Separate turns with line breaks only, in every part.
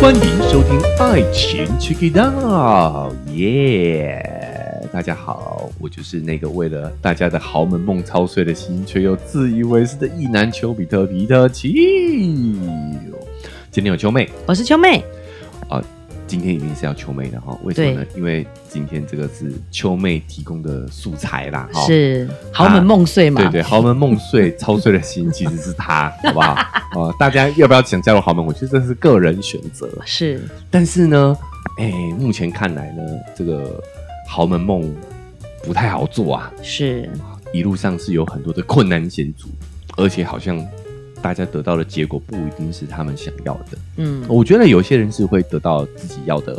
欢迎收听《爱情 Check It Out》，耶！大家好，我就是那个为了大家的豪门梦操碎了心，却又自以为是的意男丘比特皮特奇。今天有秋妹，
我是秋妹，
今天一定是要秋妹的哈，为什么呢？因为今天这个是秋妹提供的素材啦，哈。
是豪门梦碎嘛？
啊对对，豪门梦碎，操碎了心，其实是他，好不好？哦，大家要不要想加入豪门？我觉得这是个人选择。
是
但是呢，哎、目前看来呢，这个豪门梦不太好做啊，
是
一路上是有很多的困难险阻，而且好像大家得到的结果不一定是他们想要的。
嗯，
我觉得有些人是会得到自己要的、呃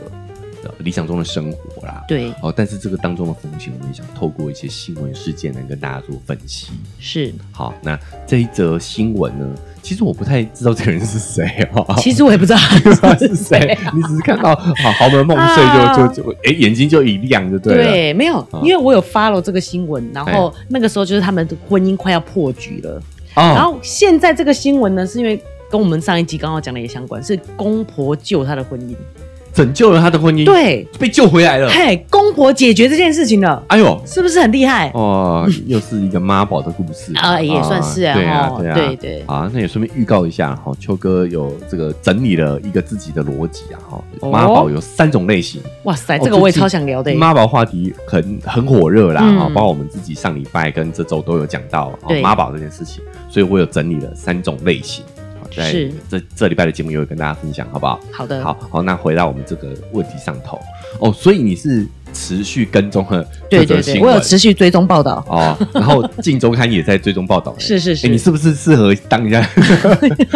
理想中的生活啦。
对，
哦，但是这个当中的风险，我们也想透过一些新闻事件来跟大家做分析。
是。
好，那这一则新闻呢，其实我不太知道这个人是谁哦。
其实我也不知道
是 谁？你只是看到好豪门梦碎
啊
就就就，哎、眼睛就一亮就对啊哦了。
对，没有，因为我有 follow 这个新闻，然后那个时候就是他们的婚姻快要破局了，然
哦，
后现在这个新闻呢，是因为跟我们上一集刚刚讲的也相关，是公婆救她的婚姻，
嗯拯救了他的婚姻，，
对，
被救回来了。
嘿，公婆解决这件事情了，
哎呦，
是不是很厉害？
哦，又是一个妈宝的故事
啊，也算是
对啊
哦，
对啊，
对对，
啊，那也顺便预告一下哈，秋哥有这个整理了一个自己的逻辑啊哈，
哦
妈宝有三种类型，
哇塞，
哦
这个我也超想聊的耶，
妈宝话题很很火热啦，
嗯
哈、包括我们自己上礼拜跟这周都有讲到哈
对
妈宝这件事情，所以我有整理了三种类型，好在
是嗯
这这礼拜的节目也有跟大家分享，好不好？
好的，
好好，那回到我们这个问题上头哦，所以你是持续跟踪了这
对
则
对对，
新
我
闻
有持续追踪报道，
哦，然后《镜周刊》也在追踪报道、欸，
是是是，
欸你是不是适合当 一下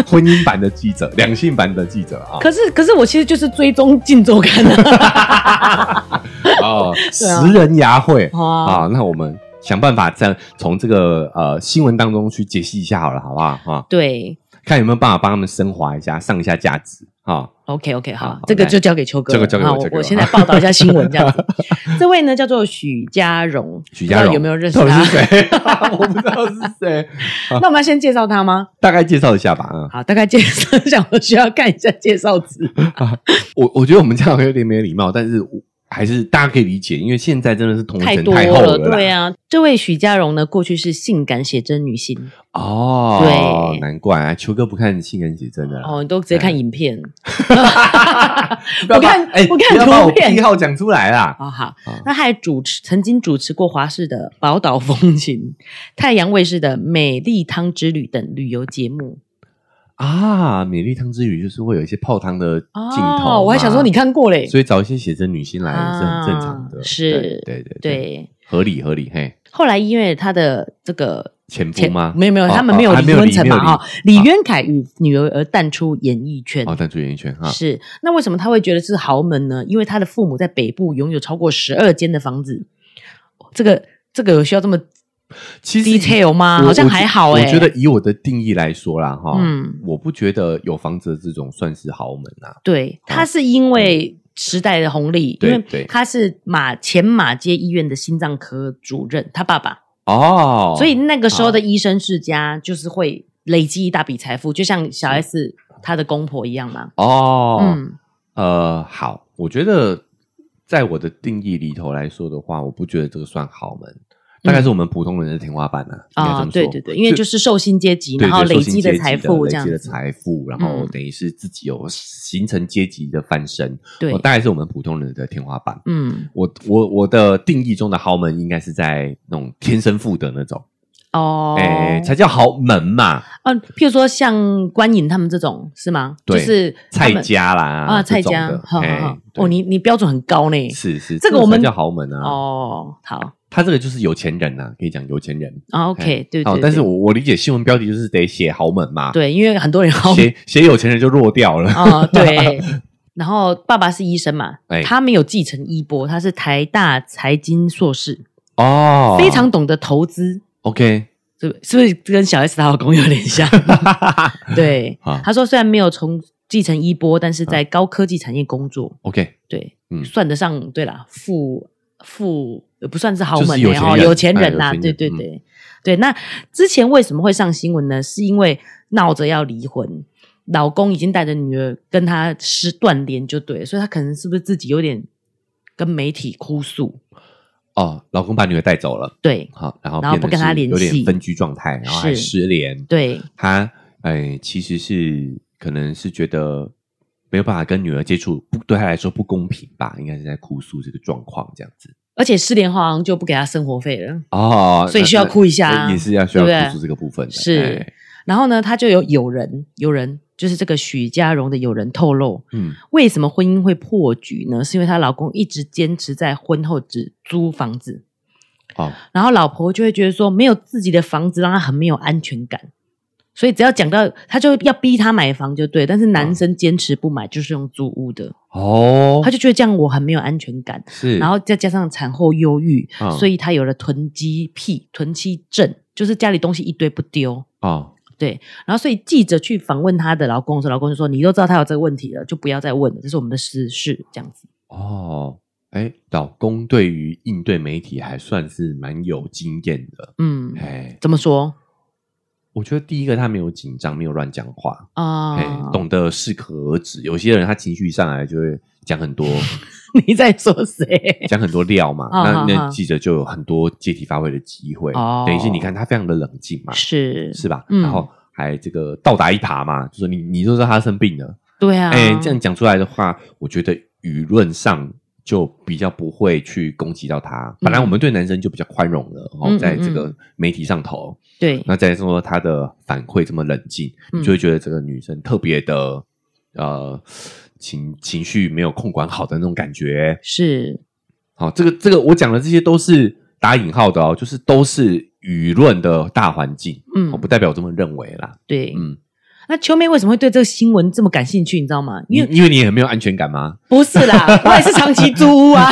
婚姻版的记者、两性版的记者 啊？
可是，可是我其实就是追踪《镜周刊》的。
哦，
对啊
食人牙会
哦，
啊，那我们想办法再从这个呃新闻当中去解析一下好了，好不好？啊，
对
看有没有办法帮他们升华一下、上一下价值啊。
，OK OK，好
好，
这个
来
就交给秋哥
这
了。
个交给我
好
交给我
我现在报道一下新闻，这样子。 这位呢叫做许家荣，
许家
不知道
荣
有没有认识
到底
他
是？谁？ 我不知道是谁，
那我们要先介绍他吗？
大概介绍一下吧。嗯，
好，大概介绍 一下，我需要看一下介绍 词。
我我觉得我们这样有点没礼貌，但是我还是大家可以理解，因为现在真的是同
太
城
多
嗯太厚
了，
啦
对啊。这位许家荣呢，过去是性感写真女星，
哦，
对
难怪啊，秋哥不看性感写真的啦，
哦，你都直接看影片。
不要把
看
哎
我看
不要把我
图片
癖好讲出来啦。
好哦好
好，
那他还主持曾经主持过华视的《宝岛风情》、太阳卫视的《美丽汤之旅》等旅游节目。
啊，美丽汤之旅就是会有一些泡汤的镜头、啊
哦，我还想说你，看过嘞。
所以找一些写真女星来
啊
是很正常的，
是
对对对
对，
合理合理，嘿，
后来因为他的这个
前夫
前
吗？
没有没有，
哦
他们没有
哦还
离婚成
没有离啊
嘛哈。李渊凯与女儿而淡出演艺圈。
哦，淡出演艺圈哈，
是，那为什么他会觉得是豪门呢？因为他的父母在北部拥有超过十二间的房子，这个这个有需要这么
其实
detail 吗？
我
好像
我觉
还好哎、
我觉得以我的定义来说啦，哈，
嗯
我不觉得有房子的这种算是豪门啊，
对，
好
他是因为时代的红利，
对
因
对
为他是马前马街医院的心脏科主任，他爸爸，
哦，
所以那个时候的医生世家就是会累积一大笔财富，就像小 S 她的公婆一样嘛。
嗯哦，
嗯，
呃，好，我觉得在我的定义里头来说的话，我不觉得这个算豪门，大概是我们普通人的天花板啊。应该这
啊、
么
嗯对
说
对对，因为就是受薪阶级，
对
然后
对
累
受薪
积
阶级
财
的
富
累
这样
积的
子。
财富，然后
嗯
等于是自己有形成阶级的翻身，
对
哦，大概是我们普通人的天花板。
嗯，
我我我的定义中的豪门应该是在那种天生富的那种，
哦，
哎、才叫豪门嘛，
嗯、譬如说像关颖他们这种是吗？
对
就是他
蔡
们
家啦
啊，
这
蔡
种
家
的，
好好
哎
好，
对
哦，你你标准很高呢。
是是
这个
才
我们
叫豪门啊，
哦，好
他这个就是有钱人呐、可以讲有钱人。
啊，OK，
哎
对对
好，
对
但是我我理解新闻标题就是得写豪门嘛，，
对，因为很多人好
写写有钱人就弱掉 了。
啊、对。然后爸爸是医生嘛，
哎
他没有继承衣钵，他是台大财经硕士，
哦，
非常懂得投资，
OK，
是不是不是跟小 S 她老公有点像？对
啊，
他说虽然没有从继承衣钵，但是在高科技产业工作，
OK，
对，
嗯
算得上对啦，富富呃不算是豪门、
就是有
欸、
钱
哦，
人
有钱人啦、
哎有钱人
对对
嗯
对、对。那之前为什么会上新闻呢？是因为闹着要离婚，老公已经带着女儿跟他失断联就对了，所以他可能是不是自己有点跟媒体哭诉？
哦，老公把女儿带走了，
对
好，然后
然后
变得
不跟她
是
联
有点
系
分居状态，然后还
是
失联。
对，
他哎，其实是可能是觉得没有办法跟女儿接触，不对他来说不公平吧？应该是在哭诉这个状况这样子
而且失联后好像就不给他生活费了。
哦，
所以
那
需要哭一下啊
那也是要需要
对不对
哭诉这个部分的，
是
哎
然后呢，他就有友人，友人就是这个许家荣的友人透露，
嗯
为什么婚姻会破局呢？是因为她老公一直坚持在婚后只租房子，
哦
然后老婆就会觉得说没有自己的房子，让她很没有安全感。所以只要讲到，他就要逼他买房就对，但是男生坚持不买，就是用租屋的，
哦，
他就觉得这样我很没有安全感，
是
嗯然后再加上产后忧郁，
嗯
所以他有了囤积癖、囤积症，就是家里东西一堆不丢，
哦
对，然后所以记者去访问她的老公的时候，老公就说：“你都知道她有这个问题了，就不要再问了，这是我们的私事。”这样子，
哦，哎，老公对于应对媒体还算是蛮有经验的，
嗯，
哎，
怎么说
我觉得第一个他没有紧张，没有乱讲话，
啊？
哎，懂得适可而止。有些人他情绪上来就会讲很多，
你在说谁？
讲很多料 嘛，
啊
那
啊
那
啊
记者就有很多借题发挥的机会。
哦
等于是你看他非常的冷静嘛，
是
啊是吧？
嗯
然后还这个倒打一耙嘛，就说你你就知道他生病了，
对啊，
哎、这样讲出来的话，我觉得舆论上就比较不会去攻击到他。本来我们对男生就比较宽容了，哦，
嗯嗯嗯
在这个媒体上头，
对，
那再说他的反馈这么冷静，
嗯
你就会觉得这个女生特别的呃情情绪没有控管好的那种感觉。
是
好、这个这个我讲的这些都是打引号的哦，就是都是舆论的大环境，
嗯
哦，不代表我这么认为啦。
对。
嗯，
那秋妹为什么会对这个新闻这么感兴趣？你知道吗？
因
因为
为因为你也很没有安全感吗？
不是啦，我也是长期租屋啊。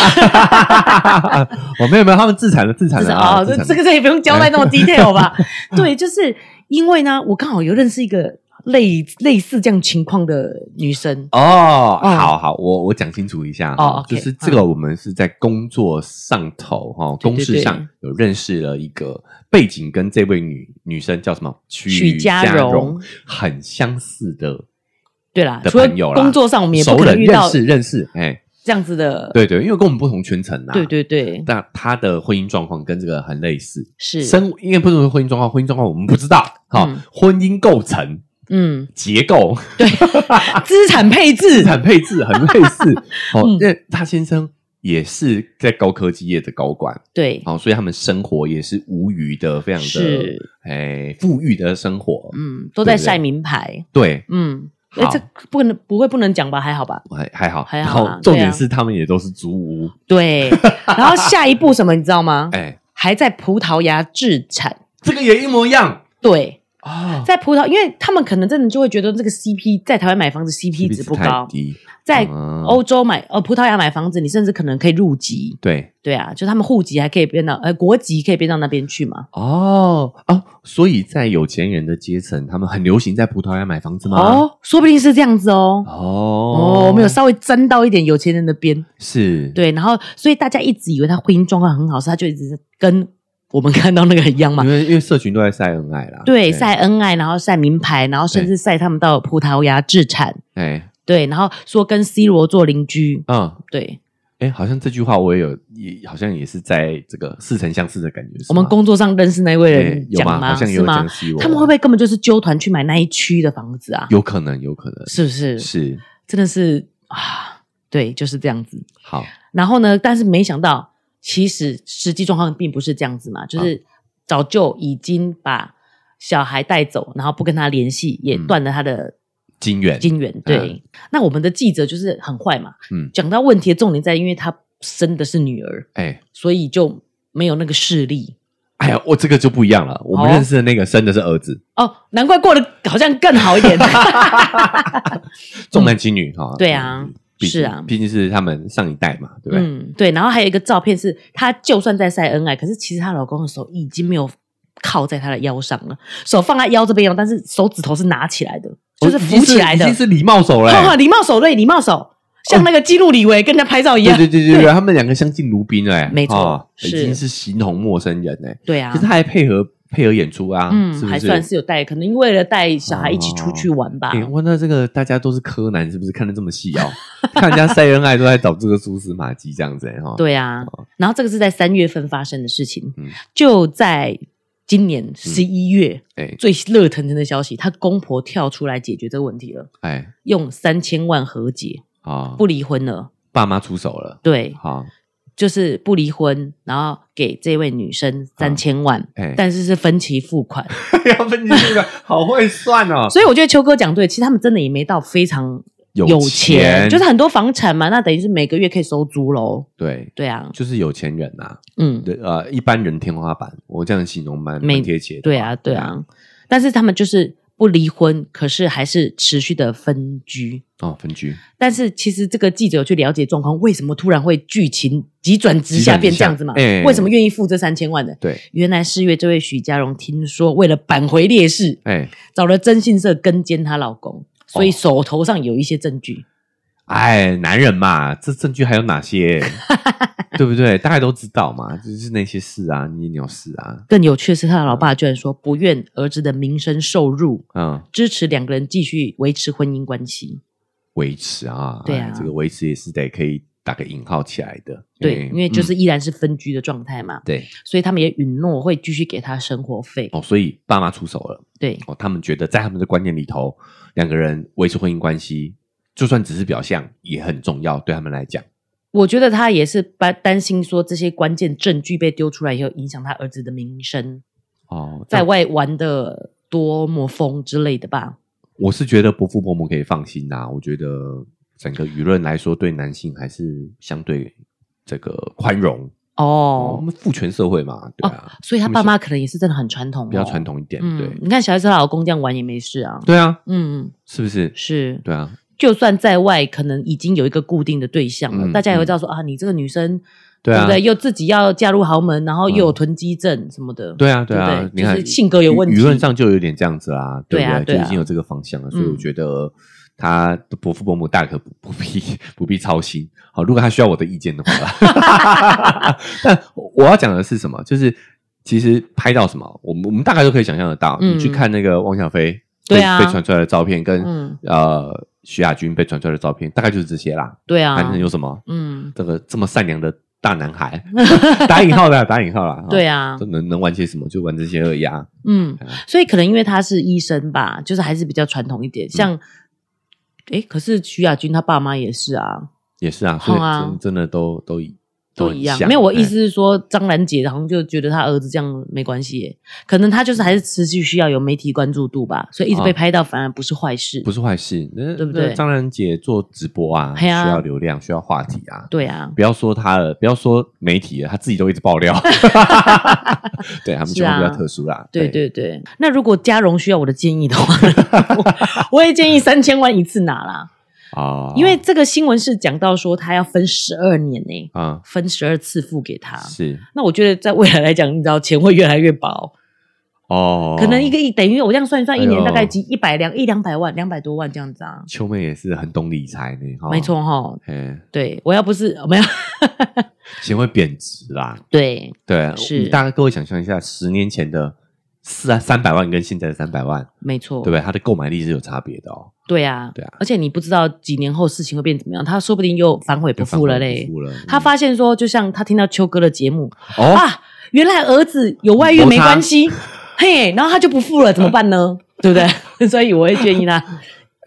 哦，没有没有，他们自产了，自产
至
了
少
啊，
哦，这
自产
这
了
个这也不用交代那么 detail 吧？对，就是因为呢，我刚好有认识一个类类似这样情况的女生，
哦，
哦
好好，我我讲清楚一下
哦
就
OK，
是这个我们是在工作上头哈，
对
公事上有认识了一个背景跟这位女女生叫什么
许
嘉
家
荣
荣
很相似的
对啦，
的
除了
朋友啦
工作上我们也不
熟
可能
人
遇
认
到
识认识，哎，
这样子的，
对对，因为跟我们不同圈层啊，
对对对，
但她的婚姻状况跟这个很类似，
是，
生因为不同的婚姻状况，婚姻状况我们不知道哈
嗯，
婚姻构成
嗯，
结构。
对，资产配置
资，产配置很类 似。哦
嗯，
那他先生也是在高科技业的高管，
对，
好、所以他们生活也是无余的，非常的
嗯是，
哎富裕的生活。
嗯，都在
对不对
晒名牌，
对，
嗯，
好
哎，这不能不会不能讲吧？还 好吧？
还还好，
还
然
好啊
后重
对
点
啊
是他们也都是租屋，
对，然后下一步什么你知道吗？
哎，
还在葡萄牙置产，
这个也一模一样
对，
啊。
在葡萄，因为他们可能真的就会觉得这个 CP 在台湾买房子
CP
CP 值不
太
高，
低，
在
嗯
欧洲买呃葡萄牙买房子，你甚至可能可以入籍，
对
对啊，就他们户籍还可以变到呃国籍可以变到那边去嘛。
哦哦，所以在有钱人的阶层，他们很流行在葡萄牙买房子吗？
哦，说不定是这样子哦。
哦
哦，我们有稍微沾到一点有钱人的边，
是，
对，然后所以大家一直以为他婚姻状况很好，所以他就一直跟我们看到那个一样嘛
因，为因为社群都在晒恩爱啦，
对，晒恩爱，然后晒名牌，然后甚至晒他们到葡萄牙置产，
哎
对，然后说跟 C 罗做邻居，
嗯。
对
哎，好像这句话我也有，也好像也是在这个似曾相识的感觉。是
我
吗
们工作上认识那位
哎
人
有
讲
吗？好像也
是
有讲
吗？
西罗，
他们会不会根本就是纠团去买那一区的房子啊？
有可能？有可能
是不是？
是
真的是啊，对，就是这样子。
好
然后呢，但是没想到，其实实际状况并不是这样子嘛，
嗯
就是早就已经把小孩带走，然后不跟他联系，也
嗯
断了他的
金元
金源。对，那我们的记者就是很坏嘛，
嗯
讲到问题的重点在，因为他生的是女儿，
哎
所以就没有那个势力。
哎呀，我这个就不一样了。我们
哦
认识的那个生的是儿子，
哦，难怪过得好像更好 一点。
重男轻女哈。
嗯对啊
嗯，毕
是啊
毕竟是他们上一代嘛，对不对？
嗯，对。然后还有一个照片是，她就算在晒恩爱，可是其实她老公的手已经没有靠在她的腰上了，手放在腰这边哦用，但是手指头是拿起来的，就是
哦已经
扶起来的
已经。是礼貌手嘞。哎
哈哈，礼貌手对礼貌手，像那个基努里维跟人家拍 照一
对
样。
对对对对，
对
他们两个相敬如宾哎，
没错
哦已
是
经是形同陌生人哎。
对啊
可是，他还配合配合演出啊，
嗯，
是不
还算是有带，可能为了带小孩一起出去玩吧。
哎、哇，那这个大家都是柯南，是不是看得这么细哦？看人家塞恩爱都在找这个蛛丝马迹这样子哎哈、
对啊，然后这个是在三月份发生的事情，
嗯
就在今年十一月、
哎
最热腾腾的消息，他公婆跳出来解决这个问题了，
哎
用三千万和解，
啊，
不离婚了。
爸妈出手了，
对，
好
就是不离婚，然后给这位女生三千万，
哎，
但是是分期付款。
要分清楚了，好会算哦，
所以我觉得秋哥讲对，其实他们真的也没到非常
有
有就是很多房产嘛，那等于是每个月可以收租喽。
对，
对啊，
就是有钱人呐、啊，
嗯，
对呃，一般人天花板，我这样形容蛮
没
蛮贴切的，
对啊，对，啊，但是他们就是不离婚，可是还是持续的分居。
哦，分居，
但是其实这个记者有去了解状况，为什么突然会剧情急转直下变这样子嘛？
急转直下哎
为什么愿意付这三千万的？
对，
原来是因为这位许家荣听说为了扳回劣势，
哎哦
找了征信社跟监她老公，所以手头上有一些证据。
哎，男人嘛，这证据还有哪 些？对不对？大家都知道嘛，就是那些事啊，你扭事啊，
更有趣的是，他的老爸居然说不愿儿子的名声受辱，
嗯，
支持两个人继续维持婚姻关系。
维持啊，
对
哎
啊
这个维持也是得可以打个引号起来的，
对，
哎
因为就、是
嗯
依然是分居的状态嘛，
对
所以他们也允诺会继续给他生活费。
哦，所以爸妈出手了。
对，
哦，他们觉得在他们的观念里头，两个人维持婚姻关系，就算只是表象，也很重要，对他们来讲。
我觉得他也是担担心说这些关键证据被丢出来以后，影响他儿子的名声，
哦，
在
那
外玩的多么疯之类的吧。
我是觉得伯父伯母可以放心啦、我觉得整个舆论来说，对男性还是相对这个宽容。哦，我
哦，
们父权社会嘛，对啊，
所以他爸妈可能也是真的很传统、哦，
比较传。统一点，
嗯，
对
你看小 S 她老公这样玩也没事啊。
对啊，
嗯，
是不是？
是，
对啊，
就算在外，可能已经有一个固定的对象了，
嗯
大家也会知道说、啊，你这个女生，
对啊
不对？又自己要嫁入豪门，然后又有
嗯
囤积症什么的，
对啊，对
对
啊
不，对
你看
就是性格有问题
舆舆论上就有点这样子啦，
对
不
啊对
就
啊
已经有这个方向了，所以
嗯
我觉得他的伯父伯母大可不不必不必操心。好，如果他需要我的意见的 话， 但我要讲的是什么？就是其实拍到什么，我们我们大概都可以想象得到。
嗯
你去看那个汪小菲
对
被
啊
被传出来的照片，跟
嗯
呃徐亚军被传出来的照片，大概就是这些啦。
对
还
啊
能，有什么？
嗯，
这个这么善良的大男 孩，打引号的，打引号啦。
对
啊，
啊
这，能能玩些什么？就玩这些而已啊。
嗯
嗯，
所以可能因为他是医生吧，就是还是比较传统一点，
嗯
像。诶，可是徐亚军他爸妈也是啊，
也是啊，所以
好啊
真真的都都一
都
很
一样。
像
没有，我
哎
意思是说，张兰姐好像就觉得她儿子这样没关系耶，可能她就是还是持续需要有媒体关注度吧，所以一直被
啊
拍到反而不是坏事。
不是坏事，那
对不对
那张兰姐做直播啊，
嘿啊
需要流量，需要话题啊。
对啊，
不要说她了，不要说媒体了，她自己都一直爆 料。对他们情况比较特殊啦。
啊对对对，那如果嘉荣需要我的建议的话， 我我也建议三千万一次拿啦，
啊，
因为这个新闻是讲到说他要分十二年呢、
啊
分十二次付给他。
是
那我觉得在未来来讲，你知道钱会越来越薄，
哦，
可能一个亿等于我这样算一算，一年
哎呦
大概几一百两一两百万两百多万这样子啊，
秋妹也是很懂理财的哈，
没。错哈。
哎，
对，我要不是没有
钱会贬值啦。
对，
对，
是
你大概各位想象一下，十年前的四三百万跟现在的三百万，
没错，
对不对？它的购买力是有差别的哦。
对啊，
对啊
而且你不知道几年后事情会变怎么样，他说不定又反悔不
就反
付
过
了
来
嘞
不。付了，
他
嗯
发现说，就像他听到秋哥的节目，
哦，
啊，原来儿子有外遇
摩擦
没关系，嘿，然后他就不付了，怎么 办呢？对不对？ 所以我会建议他，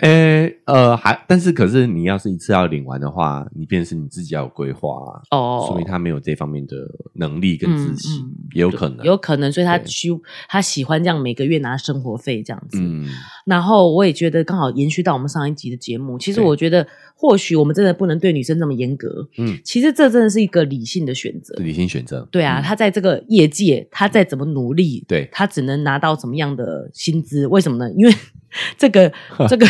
诶、呃，还但是可是你要是一次要领完的话，你便是你自己要有规划、啊，
哦，
说明他没有这方面的能力跟自信，
嗯嗯
也有可能，
有可能，所以他
对
需他喜欢这样每个月拿生活费这样子。
嗯，
然后我也觉得刚好延续到我们上一集的节目，其实
对
我觉得或许我们真的不能对女生这么严格，
嗯，
其实这真的是一个理性的选择
是。理性选择，
对啊，
嗯
他在这个业界，他再怎么努力，
对
他只能拿到怎么样的薪资？为什么呢？因为这 个这个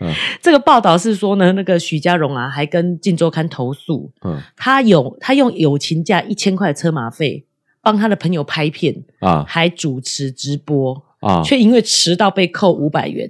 嗯
这个报道是说呢，那个许家荣啊，还跟《镜周刊》投诉，
嗯
他有他用友情价一千块车马费帮他的朋友拍片，
啊
还主持直播，
啊，
却因为迟到被扣五 百元。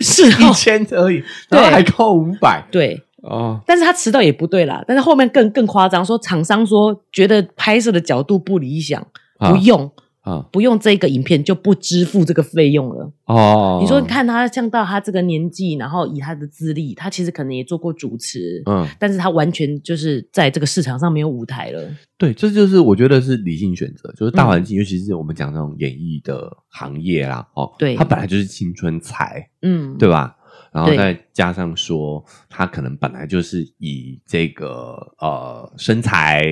是
一
哦，
千而已，然后还扣五百
对。
哦，
但是他迟到也不对啦，但是后面更更夸张，说厂商说觉得拍摄的角度不理想，
啊
不用，
啊
不用这个影片就不支付这个费用了。
哦，
你说，你，看他像到他这个年纪，然后以他的资历，他其实可能也做过主持，
嗯，
但是他完全就是在这个市场上没有舞台了。
对，这就是我觉得是理性选择，就是
嗯
大环境，尤其是我们讲那种演艺的行业啦，哦，
对
它本来就是青春才，
嗯，
对吧？然后
对
再加上说，他可能本来就是以这个呃身材、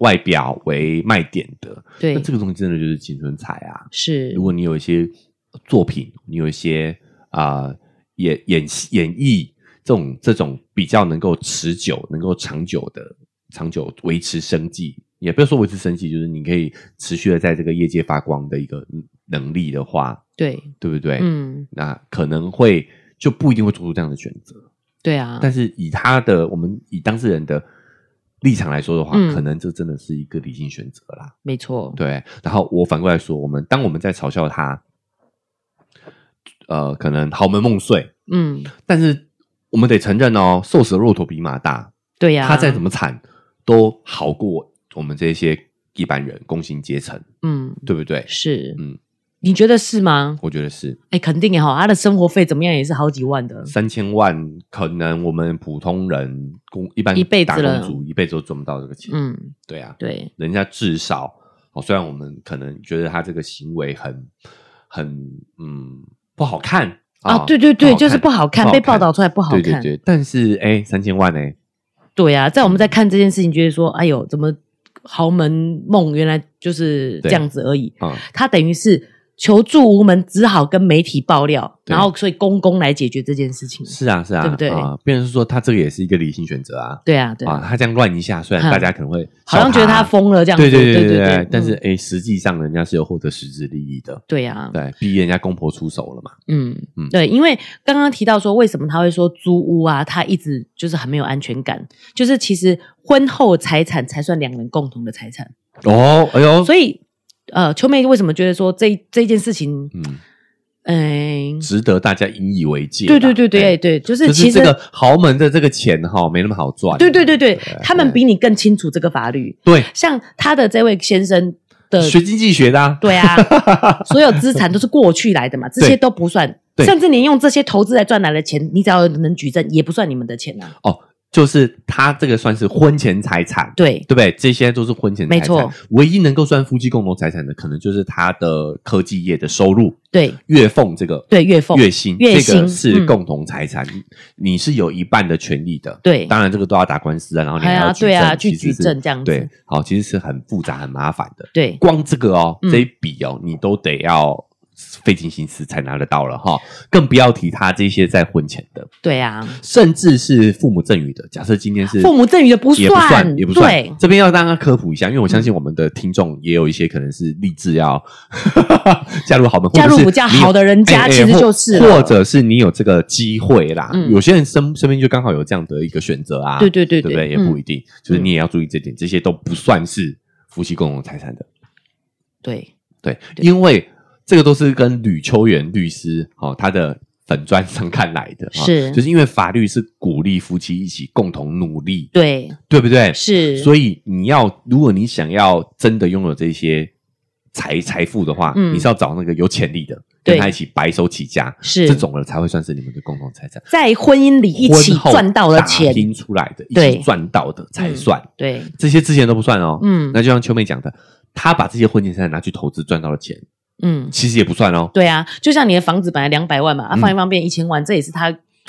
外表为卖点的，
对
那这个东西真的就是青春才啊。
是
如，果你有一些作品，你有一些啊、呃演演戏演绎这种这种比较能够持久、能够长久的、长久维持生计，也不要说维持生计，就是你可以持续的在这个业界发光的一个嗯能力的话，
对，
对不对？
嗯，
那可能会就不一定会做出这样的选择。
对啊，
但是以他的我们以当事人的立场来说的话，
嗯
可能这真的是一个理性选择啦。
没错，
对，然后我反过来说，我们当我们在嘲笑他，呃，可能豪门梦碎，
嗯，
但是我们得承认哦，瘦死的骆驼比马大，
对啊呀、
他再怎么惨都好过我们这些一般人工薪阶层，
嗯，
对不对？
是，
嗯
嗯，你觉得是吗？
我觉得是
哎，肯定也好，他的生活费怎么样也是好几万的，
三千万，可能我们普通人工一般
一辈子
打工
了
族一辈子都赚不到这个钱，
嗯，
对啊，
对，
人家至少哦，虽然我们可能觉得他这个行为很很嗯不好看
啊，对对对，就是不好看，被报道出来不
不
好
对
看，
对对，但是哎，三千万哎，
对啊，在我们在看这件事情，觉得说，哎呦，怎么豪门梦原来就是这样子而已，
啊
他等于是。求助无门，只好跟媒体爆料，
对
然后所以公公来解决这件事情。
是啊是啊，
对不对
啊，变成是说他这个也是一个理性选择啊
对啊，对
啊，
啊，
他这样乱一下，虽然
哼
大家可能会
好像
笑
觉得他疯了这样
对
子。
对
对
对对
对，，
但是
嗯
哎，实际上人家是有获得实质利益的，
对啊，
对，逼人家公婆出手了嘛，
嗯
嗯，
对，因为刚刚提到说，为什么他会说租屋啊，他一直就是很没有安全感，就是其实婚后财产才算两人共同的财产，
哦，哎呦，
所以呃，秋妹为什么觉得说这这件事情，
嗯，
嗯、
值得大家引以为戒吧，
对对对对
哎
对，就是
就
其
是
实、
这个豪门的这个钱哈，没那么好赚。
对对对对，他们
对
比你更清楚这个法律，
对
像他的这位先生的
学经济学的、啊，
对啊，所有资产都是过去来的嘛，这些
对
都不算，
对
甚至你用这些投资来赚来的钱，你只要能举证，也不算你们的钱
哦
啊。
就是他这个算是婚前财产，
对，
对不对？这些都是婚前财产，
没错。
唯一能够算夫妻共同财产的，可能就是他的科技业的收入，
对，
月俸这个
对，月俸，
月薪，
月薪
这个是
嗯
共同财产，你是有一半的权利的。
对，
当然，这个都要打官司啊，然后你还
哎呀
要举证，
对啊去
其实是
举证这样子
对，好，其实是很复杂、很麻烦的。
对，
光这个哦，
嗯
这一笔哦，你都得要费尽心思才拿得到了哈、更不要提他这些在婚前的，
对啊，
甚至是父母赠与的。假设今天是
父母赠与的不
也不算，
算，
也不
对
算。，这边要让大家科普一下，因为我相信我们的听众也有一些可能是立志要 嫁入豪门，
嫁入
或者是
比较
你有
好的人家
哎哎
其实
或
就是了
或者是你有这个机会啦。
嗯
有些人身身边就刚好有这样的一个选择啊，
对对对
对不对？也
嗯
不一定，就是你也要注意这点，这些都不算是夫妻共同财产的。
对，
对，因为这个都是跟吕秋元律师哦他的粉砖上看来的，哦
是
就是因为法律是鼓励夫妻一起共同努力，
对，
对不对？
是，
所以你要，如果你想要真的拥有这些财财富的话，
嗯
你是要找那个有潜力的，
对
跟他一起白手起家，
是
这种人才会算是你们的共同财产。
在婚姻里一起
婚后
赚到了钱
打，拼出来的，一
对
起赚到的才算。
对，
这些之前都不算哦。
嗯
那就像秋妹讲的，她把这些婚前财产拿去投资赚到的钱，
嗯，
其实也不算哦。
对啊，就像你的房子本来两百万嘛，啊，
嗯
放一放变一千万，这也是他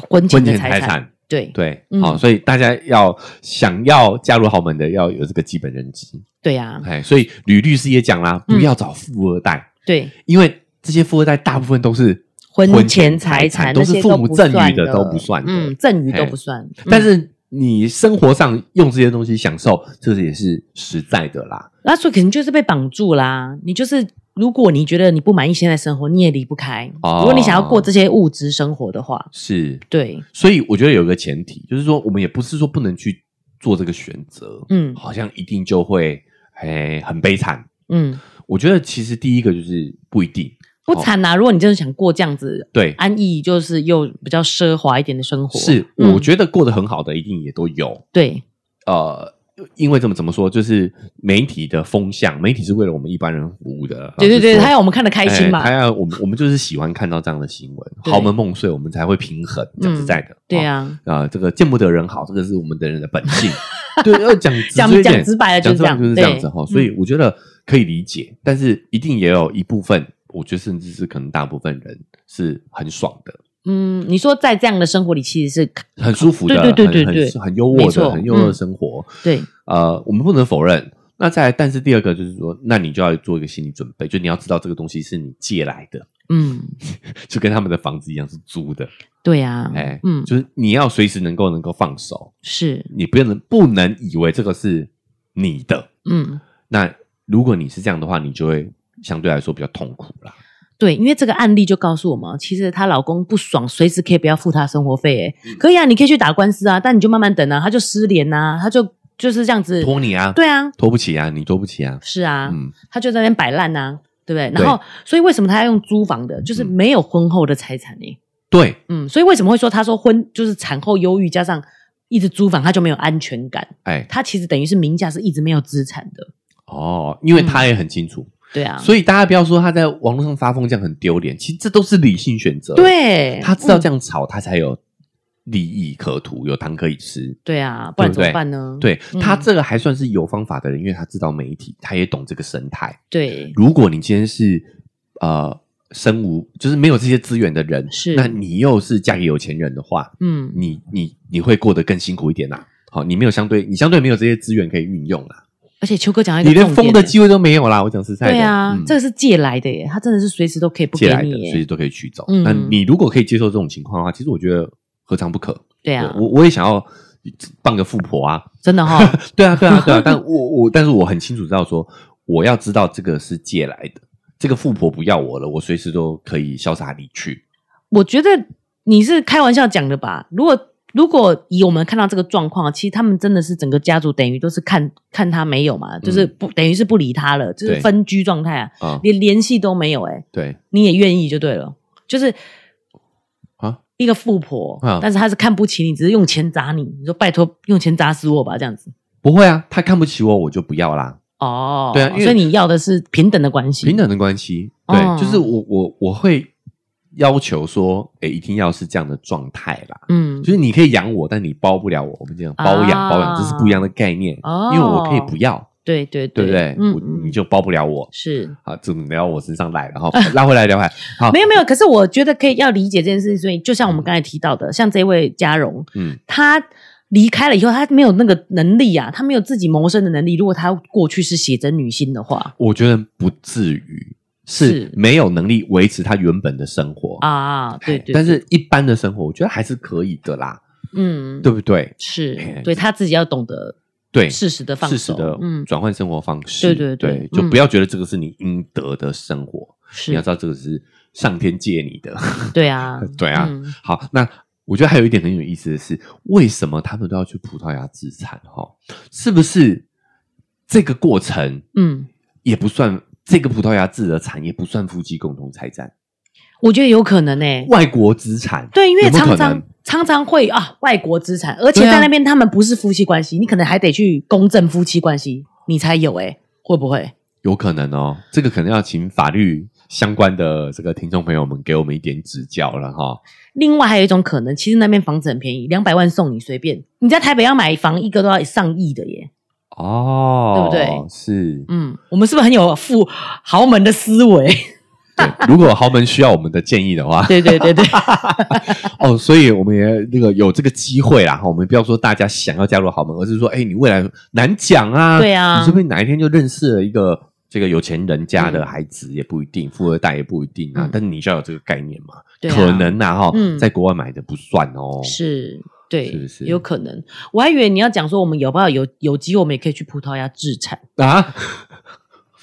婚前
婚
的
前
财
财
产，
产，
对，
对，
嗯
好、所以大家要想要嫁入豪门的，要有这个基本认知。
对啊，
哎，所以吕律师也讲啦，
嗯
不要找富二代，
对，
因为这些富二代大部分都是
婚前
前
财
产，
产
都
那
是
些
父母
不
赠
算
与的都不算的。
嗯，赠与都
嘿
不算，嗯
但是你生活上用这些东西享受，这也是实在的啦。
那所以肯定就是被绑住啦。你就是，如果你觉得你不满意现在生活，你也离不开。
哦
如果你想要过这些物质生活的话，
是，
对，
所以我觉得有个前提，就是说我们也不是说不能去做这个选择，
嗯
好像一定就会哎很悲惨。
嗯，
我觉得其实第一个就是不一定，
不惨啦。如果你真的想过这样子
对，
安逸，就是又比较奢华一点的生活，
是、
嗯
我觉得过得很好的一定也都有，
对，
呃，因为怎么怎么说，就是媒体的风向，媒体是为了我们一般人服务的。
对对对，
老实说
他要我们看得开心嘛
哎，他要我们，我们就是喜欢看到这样的新闻，
对
豪门梦碎，我们才会平衡。讲实在的，
嗯对
啊，
啊，
啊，这个见不得人好，这个是我们的人的本 性。对，要讲直
讲
接一点
讲直白了就
讲
是这样
就是这
对嗯
样子哈。所以我觉得可以理解，但是一定也有一部分，我觉得甚至是可能大部分人是很爽的，
嗯，你说在这样的生活里，其实是
很舒服的，
对对对
很
对
很
对
很优
没
渥
错
的，很优渥的
嗯
生活。
对
呃，我们不能否认。那再来，但是第二个就是说，那你就要做一个心理准备，就你要知道这个东西是你借来的，
嗯，
就跟他们的房子一样是租的，
对啊，
哎、
嗯，
就是你要随时能够能够放手，
是，
你不能不能以为这个是你的。
嗯，
那如果你是这样的话，你就会相对来说比较痛苦啦。
对，因为这个案例就告诉我们，其实她老公不爽，随时可以不要付她生活费，
嗯
哎，可以啊，你可以去打官司啊，但你就慢慢等啊，他就失联呐、啊，他就就是这样子，
拖你啊，
对啊，
拖不起啊，你拖不起啊。
是啊，
嗯，
他就在那边摆烂呐、啊，对不对？
对嗯
然后，所以为什么他要用租房的，就是没有婚后的财产欸呢、
对，
嗯，所以为什么会说他说婚就是产后忧郁加上一直租房，他就没有安全感，
哎，
他其实等于是名下是一直没有资产的，
哦，因为他也很清楚，
对啊，
所以大家不要说他在网络上发疯这样很丢脸，其实这都是理性选择。，
对，
他知道
嗯
这样吵，他才有利益可图，有糖可以吃。
对啊，不然
对不
怎么
对
办呢？
对
嗯
他这个还算是有方法的人，因为他知道媒体，他也懂这个生态。
对
如果你今天是呃身无就是没有这些资源的人，
是
那你又是嫁给有钱人的话，
嗯，
你你你会过得更辛苦一点啦、好，你没有相对，你相对没有这些资源可以运用啦，
而且秋哥讲到一
你
个
连
重
疯
点
的
耶
机会都没有啦。我讲实在的，
对啊，
嗯
这个是借来的耶，他真的是随时都可以不
借
给
来的
你，
随
耶，
时都可以取走。
嗯
那你如果可以接受这种情况的话，其实我觉得何尝不可？
对啊
我，我我也想要傍个富婆啊，
真的哈，
对啊，对啊，对啊，但我我但是我很清楚知道说，我要知道这个是借来的，这个富婆不要我了，我随时都可以潇洒离去。
我觉得你是开玩笑讲的吧？如果如果以我们看到这个状况，其实他们真的是整个家族等于都是看看他没有嘛，就是不、等于是不理他了，就是
嗯对
分居状态啊，
啊、
连联系都没有、哎，
对
你也愿意就对了，就是
啊，
一个富婆，
啊
但是她是看不起你，只是用钱砸你，你说拜托用钱砸死我吧，这样子。
不会啊，他看不起我，我就不要啦，
哦，
对啊因为
所以你要的是平等的关系，
平等的关系。对，
哦
就是我我我会要求说，哎，一定要是这样的状态啦。
嗯，
就是你可以养我，但你包不了我。我们讲包养、
啊
包养，这是不一样的概念。
哦
因为我可以不要，
对对
对
对
不对？
嗯
我
嗯
你就包不了我。
是
好，怎么聊我身上来？然后拉回来，聊回来。好，
没有没有，可是我觉得可以要理解这件事情，所以就像我们刚才提到的，像这位嘉荣，
嗯，
他离开了以后，他没有那个能力啊，他没有自己谋生的能力。如果他过去是写真女星的话
我觉得不至于是
是
没有能力维持他原本的生活。
啊，对
哎
对，
但是一般的生活，我觉得还是可以的啦，
嗯，
对不对？
是，对他自己要懂得
对，
适时的放手，
适时的
嗯，
转换生活方式，
对对对
就
嗯
不要觉得这个是你应得的生活，你要知，
是
道这个是上天借你的。，
对啊
对啊
嗯
好，那我觉得还有一点很有意思的是，为什么他们都要去葡萄牙自产？哈，是不是这个过程
嗯，
也不算？这个葡萄牙自的产业不算夫妻共同财产，
我觉得有可能诶，
外国资产
对，因为
有没有
常
可能
常常常会啊，外国资产，而且
对啊
在那边他们不是夫妻关系，你可能还得去公证夫妻关系，你才有哎、会不会？
有可能哦，这个可能要请法律相关的这个听众朋友们给我们一点指教了哈。
另外还有一种可能，其实那边房子很便宜，两百万送你随便。你在台北要买房，一个都要上亿的耶。
哦，
对不对？
是，
嗯，我们是不是很有富豪门的 思维？
对。如果豪门需要我们的建议的话，
对对对对，啊
哦，所以我们也那个有这个机会啦。哈我们不要说大家想要加入豪门，而是说，哎，你未来难讲啊。
对啊
你说不定哪一天就认识了一个这个有钱人家的
嗯
孩子，也不一定，富二代也不一定啊。
嗯
但是你就要有这个概念嘛，
对啊
可能啊哈，
嗯
在国外买的不算哦。
是。对，
是不是
有可能。我还以为你要讲说我们有不有有有机会，我们也可以去葡萄牙置产。
啊，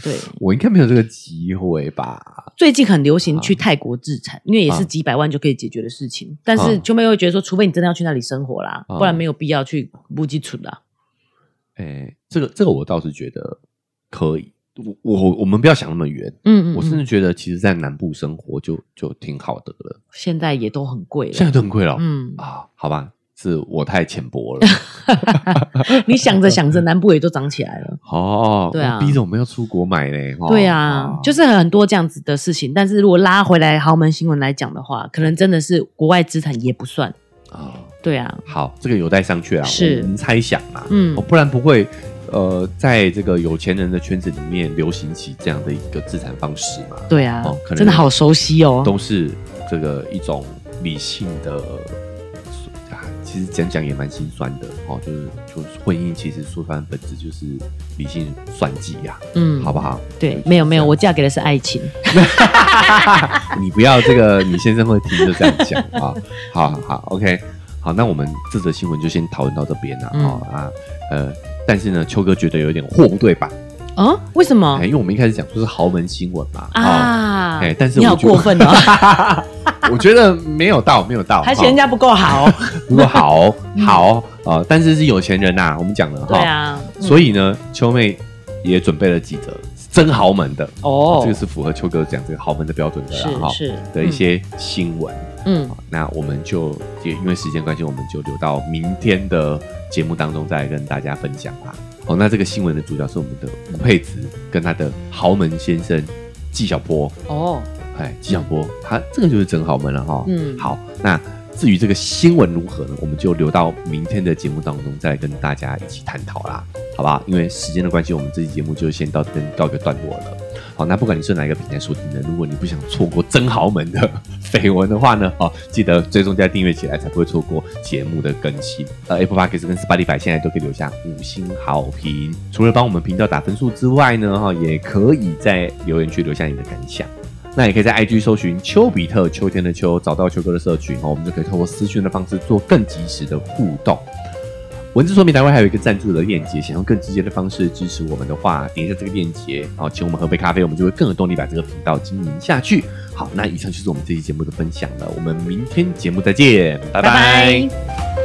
对，
我应该没有这个机会吧？
最近很流行去泰国置产，因为也是几百万就可以解决的事情。但是
啊
秋妹会觉得说，除非你真的要去那里生活啦，
啊
不然没有必要去乌基村啦。
哎、这个这个我倒是觉得可以。我我我们不要想那么远，
嗯嗯，
我甚
嗯
至觉得其实，在南部生活就就挺好的了。
现在也都很贵了。
现在都很贵了、
嗯，
啊，好吧，是我太浅薄了。
你想着
嗯
想着，南部也就长起来了。
哦，
对啊
逼着我们要出国买呢。哦
对啊，就是很多这样子的事情。但是如果拉回来豪门新闻来讲的话，可能真的是国外资产也不算。
啊，
对啊，
好，这个有待商榷啊，
是
我们猜想啊，
嗯
哦，不然不会。呃，在这个有钱人的圈子里面流行起这样的一个资产方式嘛，
对啊，
哦可能
真的好熟悉哦。
都是这个一种理性的，啊，其实讲讲也蛮心酸的哦，就是就是婚姻，其实说穿本质就是理性算计呀、
嗯
好不啊好？
对，没有没有，我嫁给的是爱情。
你不要这个，你先生会听就这样讲啊。好好好，OK，好，那我们这则新闻就先讨论到这边了啊、
嗯
哦啊，呃，但是呢，秋哥觉得有点货不对版，
啊？为什么
哎，因为我们一开始讲说是豪门新闻嘛啊，
啊
哎、？但是
你好
我觉得
过分哦，
我觉得没有到，没有到，
还嫌人
哦
家不够好？
不过好好啊、呃但是是有钱人呐、我们讲了
对
哈、
啊，
所以呢，秋妹也准备了几则真豪门的。
哦，
这个是符合秋哥讲这个豪门的标准的啦，哈
是是
的一些新闻。
嗯，嗯
那我们就也因为时间关系，我们就留到明天的节目当中再跟大家分享吧。好，那这个新闻的主角是我们的吴佩慈跟她的豪门先生纪晓波。
哦，
哎，纪晓波，他这个就是真豪门了哈。
嗯
好，那至于这个新闻如何呢，我们就留到明天的节目当中再跟大家一起探讨啦，好吧？因为时间的关系，我们这期节目就先到这边告一个段落了。好，那不管你是哪一个平台收听的，如果你不想错过真豪门的绯闻的话呢，哦，记得追踪加订阅起来，才不会错过节目的更新。呃，Apple Podcast 跟 Spotify 现在都可以留下五星好评，除了帮我们频道打分数之外呢，哈、也可以在留言区留下你的感想。那也可以在 IG 搜寻丘比特秋天的秋，找到秋哥的社群哦，我们就可以透过私讯的方式做更及时的互动。文字说明栏位还有一个赞助的链接，想用更直接的方式支持我们的话，点一下这个链接，好，请我们喝杯咖啡，我们就会更有动力把这个频道经营下去。好，那以上就是我们这期节目的分享了，我们明天节目再见，拜拜
拜拜